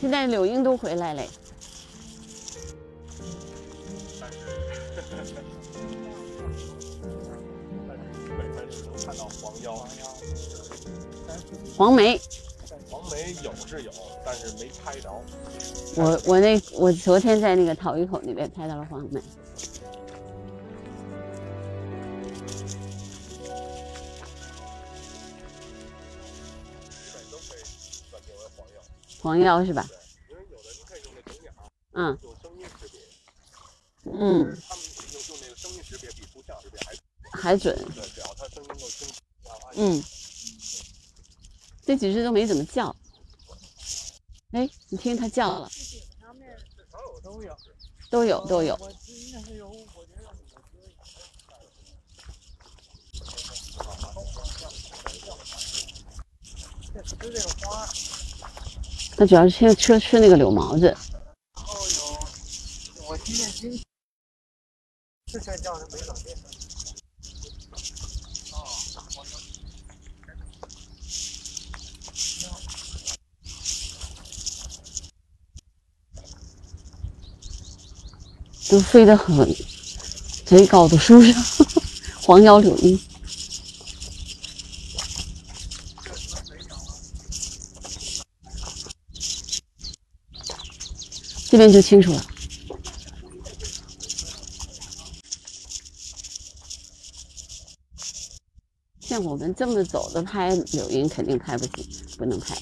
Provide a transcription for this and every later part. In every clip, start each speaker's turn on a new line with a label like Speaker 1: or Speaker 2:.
Speaker 1: 现在柳莺都回来了。
Speaker 2: 但是，但是基本上就是能看到黄腰，
Speaker 1: 黄梅，
Speaker 2: 黄梅有是有，但是没拍着。
Speaker 1: 我我那我昨天在那个讨鱼口那边拍到了黄梅。
Speaker 2: 基本都被断定为黄腰，
Speaker 1: 黄腰是吧？
Speaker 2: 因为有的你看用那铜鸟
Speaker 1: 嗯
Speaker 2: 有声音识
Speaker 1: 嗯，
Speaker 2: 别，他们用用那个声音识别比图像识别还
Speaker 1: 还准。
Speaker 2: 准，只要它声音够清晰，然后按
Speaker 1: 嗯，这几只都没怎么叫。哎，你听它叫了，
Speaker 3: 上面
Speaker 2: 都有。
Speaker 1: 都有都有。
Speaker 3: 我应该是有，我觉得我觉得这吃这个花，
Speaker 1: 它主要是吃吃吃那个柳毛子。
Speaker 3: 然后有我今天听这该叫是没冷面。哦，我有。
Speaker 1: 都飞得很贼高的树上，黄腰柳莺。这边就清楚了。像我们这么走着拍柳莺，肯定拍不起，不能拍。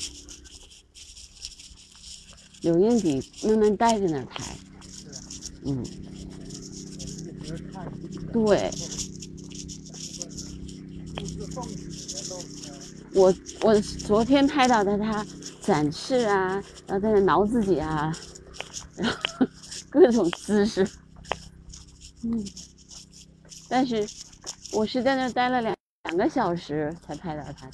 Speaker 1: 柳莺得慢慢待在那儿拍。嗯，对，我我昨天拍到的它展翅啊，然后在那挠自己啊，然后 各种姿势，嗯，但是我是在那儿待了两两个小时才拍到它的。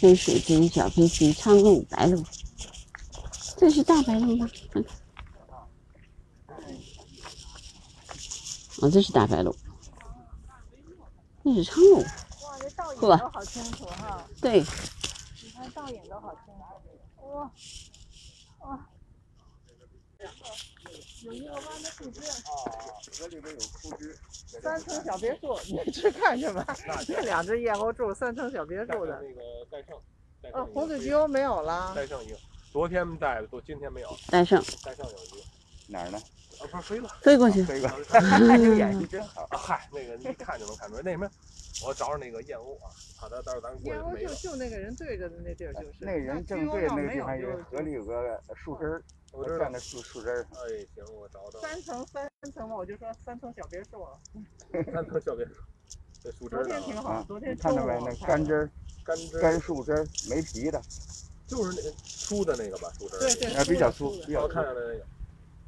Speaker 1: 黑水晶、小飞机、苍鹭、白鹭，这是大白鹭吗？嗯，哦，这是大白鹭，那是苍鹭。
Speaker 3: 哇，这倒影
Speaker 1: 嚯
Speaker 3: 都好清楚哈！
Speaker 1: 对，
Speaker 3: 你看倒影都好清楚，哇哇！有一个弯的树枝，
Speaker 2: 河里边有枯枝，
Speaker 3: 三层小别墅，你去看去吧。这两只叶欧住三层小别
Speaker 2: 带
Speaker 3: 墅
Speaker 2: 上
Speaker 3: 的，
Speaker 2: 那个带上，带
Speaker 3: 呃，
Speaker 2: 上一个
Speaker 3: 红嘴菊欧没有了。
Speaker 2: 带上一个。昨天带的，昨今天没有，
Speaker 1: 戴胜
Speaker 2: 带上有一个，
Speaker 4: 哪 儿呢？
Speaker 2: 啊，不是飞了，
Speaker 1: 飞过
Speaker 3: 嗯
Speaker 1: 去，
Speaker 4: 飞过来，有
Speaker 1: 嗯
Speaker 4: 眼睛真好。
Speaker 2: 啊，嗨，那个一看就能看出来。那什么，我找找那个燕窝啊，好的，待会儿咱过
Speaker 3: 燕
Speaker 2: 去
Speaker 3: 欧
Speaker 2: 没
Speaker 3: 就
Speaker 2: 了。
Speaker 3: 就那个人对着的那地儿就是。
Speaker 4: 那人正对那个地方，有河里有个树枝儿，
Speaker 2: 我
Speaker 4: 我
Speaker 2: 知道
Speaker 4: 站，那树树枝儿，
Speaker 2: 哎，行，我找找。
Speaker 3: 三层三层嘛，我就说三层小别墅。
Speaker 2: 三层小别墅，这树枝
Speaker 3: 昨
Speaker 2: 儿
Speaker 3: 天
Speaker 2: 呢
Speaker 3: 挺好
Speaker 4: 啊，，
Speaker 3: 昨
Speaker 4: 你
Speaker 3: 天
Speaker 4: 看
Speaker 3: 中
Speaker 4: 到
Speaker 3: 午
Speaker 4: 没？
Speaker 3: 我
Speaker 4: 那
Speaker 3: 看
Speaker 4: 干
Speaker 3: 了
Speaker 4: 枝儿、
Speaker 2: 干枝
Speaker 4: 干树枝儿没皮的，
Speaker 2: 就是那粗的那个吧，树枝儿。
Speaker 3: 对对，
Speaker 4: 啊，比较
Speaker 3: 粗
Speaker 4: 粗
Speaker 3: 的，
Speaker 4: 比
Speaker 2: 我
Speaker 4: 较粗
Speaker 2: 看。上的那个。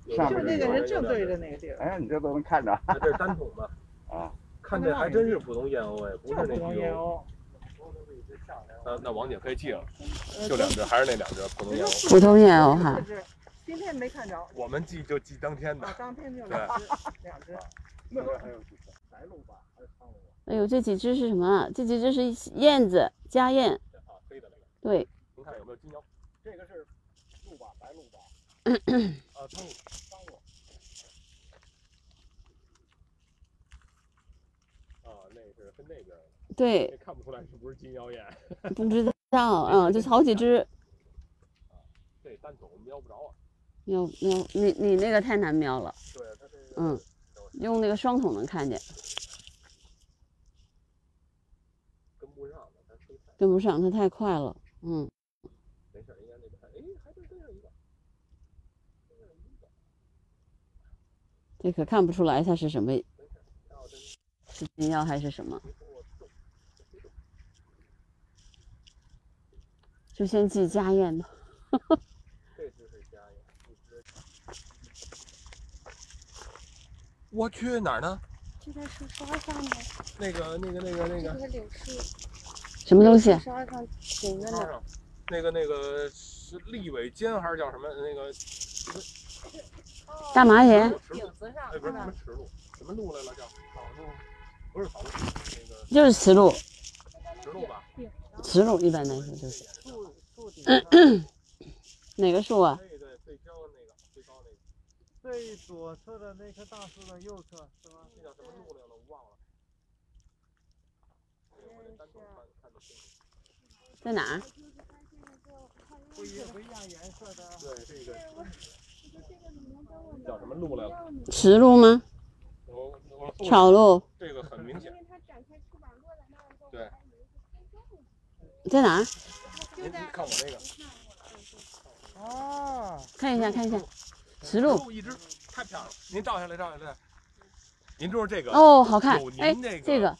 Speaker 2: 有
Speaker 4: 上
Speaker 3: 就那
Speaker 4: 面
Speaker 3: 个人正对。
Speaker 2: 有
Speaker 3: 着那个地儿，
Speaker 4: 哎呀，你这都能看着
Speaker 2: 两个这是单筒吧？
Speaker 4: 啊！
Speaker 2: 看这还真是普通燕鸥哎，不
Speaker 3: 就是普
Speaker 2: 那
Speaker 3: 通
Speaker 2: 巨
Speaker 3: 燕
Speaker 2: 鸥。
Speaker 3: 鸥。
Speaker 2: 那那王姐可以记了，
Speaker 3: 呃哎
Speaker 2: 就两只，还是那两只普通燕鸥。
Speaker 1: 普通燕鸥哈，。
Speaker 3: 今天没看着，
Speaker 2: 我们记就记当天的
Speaker 3: 啊，。当天就两只，两只。
Speaker 4: 那边还有几个
Speaker 1: 哎呦，这几只是什么啊？这几只是燕子，家燕。
Speaker 2: 啊，黑的那个，
Speaker 1: 对，
Speaker 2: 您看有没有金腰？
Speaker 4: 这个是鹿吧，白鹿吧？
Speaker 2: 啊，苍鹭，
Speaker 4: 当我
Speaker 2: 啊，那是跟那边的，
Speaker 1: 对，
Speaker 2: 那看不出来是不是金腰燕。
Speaker 1: 不知道，嗯，就是好几只。
Speaker 2: 这单筒我们瞄不着啊。
Speaker 1: 喵喵，你你那个太难瞄了，
Speaker 2: 对，啊它这个
Speaker 1: 嗯，用那个双筒能看见，
Speaker 2: 跟不上了，咱吹太
Speaker 1: 跟不上，它太快了。嗯，
Speaker 2: 没事儿，应该那边看，哎，还真跟上一个，跟上一个，
Speaker 1: 这可看不出来它是什么，
Speaker 2: 没事儿，然后这是
Speaker 1: 是金腰还是什么，
Speaker 2: 你说我动，
Speaker 1: 就先记家燕吧。
Speaker 2: 这只是家燕，一只。我去哪儿呢？
Speaker 5: 就在树梢上面，
Speaker 2: 那个、那个、那个、那
Speaker 5: 这
Speaker 2: 个，
Speaker 5: 个柳树，
Speaker 1: 什么东西
Speaker 5: 树？梢上停着
Speaker 2: 梢
Speaker 5: 呢，
Speaker 2: 上，那个、那个是立尾尖还是叫什么？那个
Speaker 1: 大麻岩
Speaker 6: 顶子上
Speaker 2: 哎，
Speaker 6: 是
Speaker 2: 不是什
Speaker 6: 吧
Speaker 2: 么？池路，什么路来了叫？草路？不是草路，那个
Speaker 1: 就是雌鹿，
Speaker 2: 石路吧？
Speaker 1: 雌鹿一般来说就是
Speaker 6: 树树顶上
Speaker 1: 哪个树啊？
Speaker 2: 那个最高那个，最高那个，
Speaker 3: 最左侧的那棵大树的右侧是吗？
Speaker 2: 那叫什么路来了？我忘了。我得单独看看得清楚。
Speaker 1: 在哪儿？
Speaker 3: 不一不一样颜色的。
Speaker 2: 对，这个叫什么路来了？
Speaker 1: 雌鹿吗？
Speaker 2: 我我搜
Speaker 1: 巧鹿
Speaker 2: 这个很明显，对
Speaker 1: 在哪儿？
Speaker 2: 您看我这个，
Speaker 3: 啊，
Speaker 1: 看一下，看一下，雌鹿。
Speaker 2: 哎一只，太漂亮了，您照下来，照下来。您知道这个，
Speaker 1: 哦，好看
Speaker 2: 有。您
Speaker 1: 哎，
Speaker 2: 那个
Speaker 1: 这个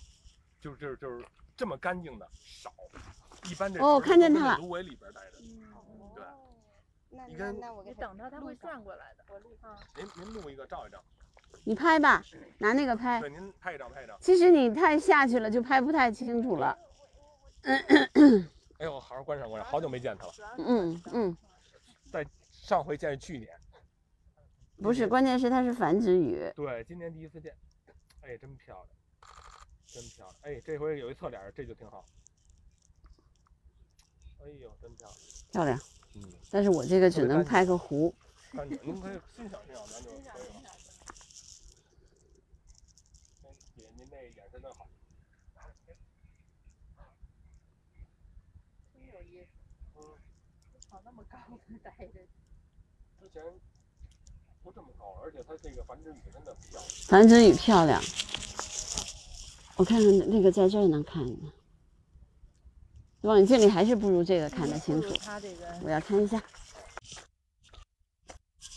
Speaker 2: 就是就是就是这么干净的少，一般这
Speaker 1: 哦
Speaker 2: 虫
Speaker 1: 看见
Speaker 2: 都
Speaker 1: 它
Speaker 2: 在
Speaker 1: 了
Speaker 2: 芦苇里边待着。对
Speaker 5: 那
Speaker 2: 你
Speaker 5: 那
Speaker 2: 看
Speaker 5: 那我给
Speaker 6: 你
Speaker 5: 他
Speaker 6: 等着它会转过来的。我录啊，
Speaker 2: 您您录一个，照一张，
Speaker 1: 你拍吧，拿那个拍。
Speaker 2: 对，您拍一张，拍一张。
Speaker 1: 其实你太下去了，就拍不太清楚了。
Speaker 2: 哎呦，好好观赏观赏，好久没见它了。
Speaker 1: 嗯嗯，
Speaker 2: 上回见是去年，
Speaker 1: 不是，关键是它是繁殖羽。
Speaker 2: 对，今年第一次见，哎，真漂亮，真漂亮。哎，这回有一侧脸儿，这就挺好。哎呦，真漂亮。
Speaker 1: 漂亮，
Speaker 2: 嗯，
Speaker 1: 但是我这个
Speaker 2: 特
Speaker 1: 只
Speaker 2: 别干
Speaker 1: 能
Speaker 2: 净
Speaker 1: 拍个弧。
Speaker 2: 但是啊您可以欣赏欣赏，咱就可以啊了。嗯姐，您那眼神真好。
Speaker 6: 真有意思。跑那么高待着，
Speaker 2: 之前不这么高，而且它这个繁殖羽真的漂亮。
Speaker 1: 繁殖羽漂亮。我看看那个在这儿能看一看，望远镜里还是不如这个看得清楚。
Speaker 6: 它这个
Speaker 1: 我要看一下。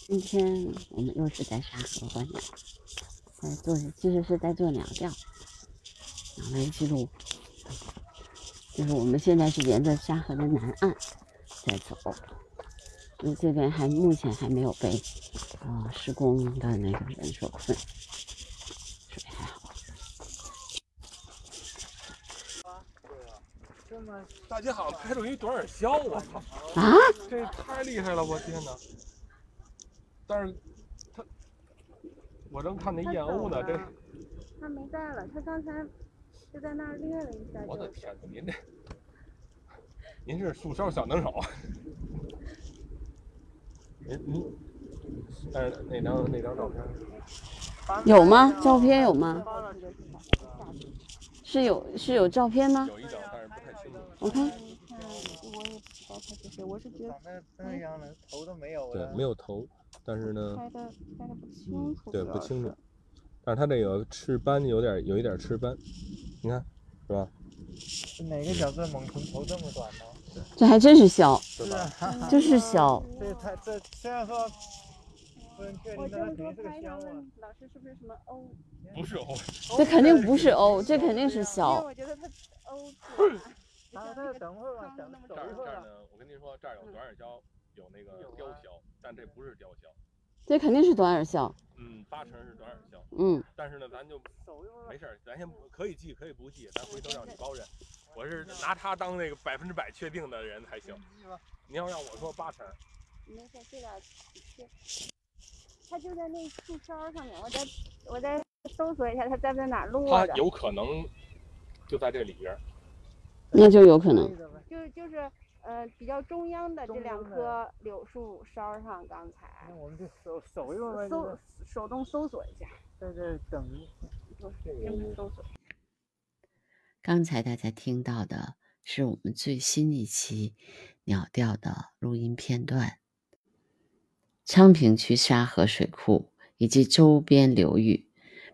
Speaker 1: 今天我们又是在沙河观鸟，在做其实是在做鸟调，鸟类记录。就是我们现在是沿着沙河的南岸在走，因为这边还目前还没有被呃施工的那个人所困，水还好。
Speaker 3: 这么
Speaker 2: 大姐好，拍出一短耳鸮，我操！
Speaker 1: 啊，
Speaker 2: 这太厉害了，我天哪！但是它，我正看那燕鸥呢，这
Speaker 5: 他没带了，他刚才就在那儿列了一下
Speaker 2: 我的
Speaker 5: 就。
Speaker 2: 天哪，您这，您是树梢小能手，啊 您您，但是那张那张照片，
Speaker 1: 有吗？照片有吗？
Speaker 3: 发了就
Speaker 1: 是有是有照片吗？
Speaker 2: 有一张，但是不太清楚。
Speaker 1: 我看
Speaker 5: 看，我也不知道他这些，我是觉得
Speaker 3: 长得这样了，头都没有
Speaker 2: 对
Speaker 3: 了，。
Speaker 2: 没有头，但是呢，
Speaker 5: 拍的拍的不清
Speaker 2: 嗯
Speaker 5: 楚，，
Speaker 2: 对，
Speaker 5: 主
Speaker 2: 不
Speaker 5: 要
Speaker 2: 清
Speaker 5: 是
Speaker 2: 楚。但是它这个翅斑有点有一点翅斑，你看是吧？
Speaker 3: 是哪个小镇猛禽头这么短呢？
Speaker 1: 这还真是小，
Speaker 2: 对
Speaker 3: 是
Speaker 2: 吧？
Speaker 3: 啊，
Speaker 1: 就是小。
Speaker 3: 这它这虽然说不能确
Speaker 5: 我
Speaker 3: 定，
Speaker 5: 这
Speaker 3: 但它肯
Speaker 5: 么多
Speaker 3: 定是个
Speaker 5: 拍
Speaker 3: 香
Speaker 5: 上
Speaker 3: 啊。
Speaker 5: 问老师是不是什么 O？
Speaker 2: 不是哦，
Speaker 1: 这肯定不是欧，这肯定是
Speaker 5: 因为
Speaker 1: 小。
Speaker 5: 我觉得他 O 字啊，不
Speaker 3: 咱
Speaker 5: 像
Speaker 3: 再
Speaker 5: 那个
Speaker 3: 等会儿吧，等
Speaker 2: 这
Speaker 3: 等
Speaker 2: 儿
Speaker 3: 一
Speaker 2: 这
Speaker 3: 会儿
Speaker 2: 儿
Speaker 3: 吧。
Speaker 2: 呢，我跟您说，这儿有短耳鸮，有那个雕鸮，但这不是雕鸮，
Speaker 1: 这肯定是短耳鸮。
Speaker 2: 嗯，八成是短耳鸮。
Speaker 1: 嗯，
Speaker 2: 但是呢，咱就
Speaker 3: 走一会儿吧
Speaker 2: 没。事儿，咱先不可以记，可以不记，咱回头让你包认。我是拿它当那个百分之百确定的人才行。您要让我说八成，
Speaker 5: 没事，这俩这，他就在那树梢上面，我再我再搜索一下他在不在哪儿落
Speaker 2: 它
Speaker 5: 的，
Speaker 2: 有可能就在这里边儿。
Speaker 1: 那就有可能。
Speaker 3: 对的吧
Speaker 5: 就是就是呃比较中央的这
Speaker 3: 中
Speaker 5: 两
Speaker 3: 央的
Speaker 5: 棵柳树梢上，刚才
Speaker 3: 那我们就手手一会儿吧，
Speaker 5: 搜手动搜索一下，
Speaker 3: 在这儿等一
Speaker 5: 真不搜索。
Speaker 7: 刚才大家听到的是我们最新一期鸟调的录音片段。昌平区沙河水库以及周边流域，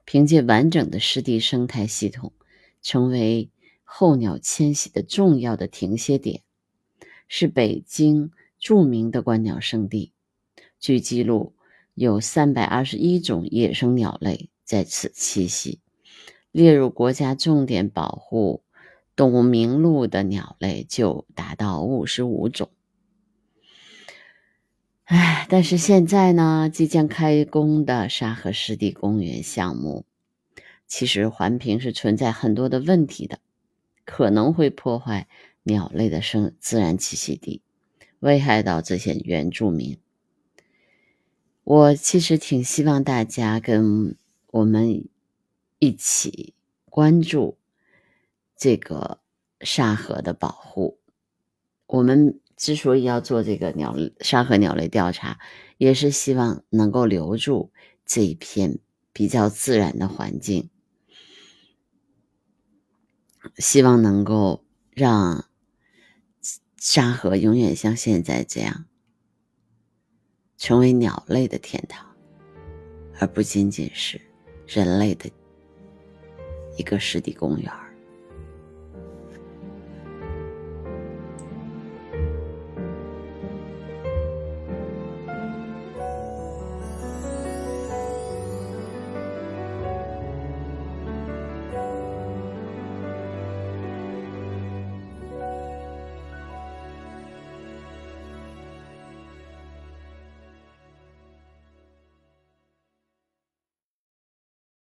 Speaker 7: 凭借完整的湿地生态系统，成为候鸟迁徙的重要的停歇点，是北京著名的观鸟胜地。据记录，有三百二十一种野生鸟类在此栖息。列入国家重点保护动物名录的鸟类就达到五十五种。唉，但是现在呢，即将开工的沙河湿地公园项目，其实环评是存在很多的问题的，可能会破坏鸟类的生自然栖息地，危害到这些原住民。我其实挺希望大家跟我们一起关注这个沙河的保护。我们之所以要做这个鸟沙河鸟类调查，也是希望能够留住这一片比较自然的环境，希望能够让沙河永远像现在这样，成为鸟类的天堂，而不仅仅是人类的一个湿地公园儿。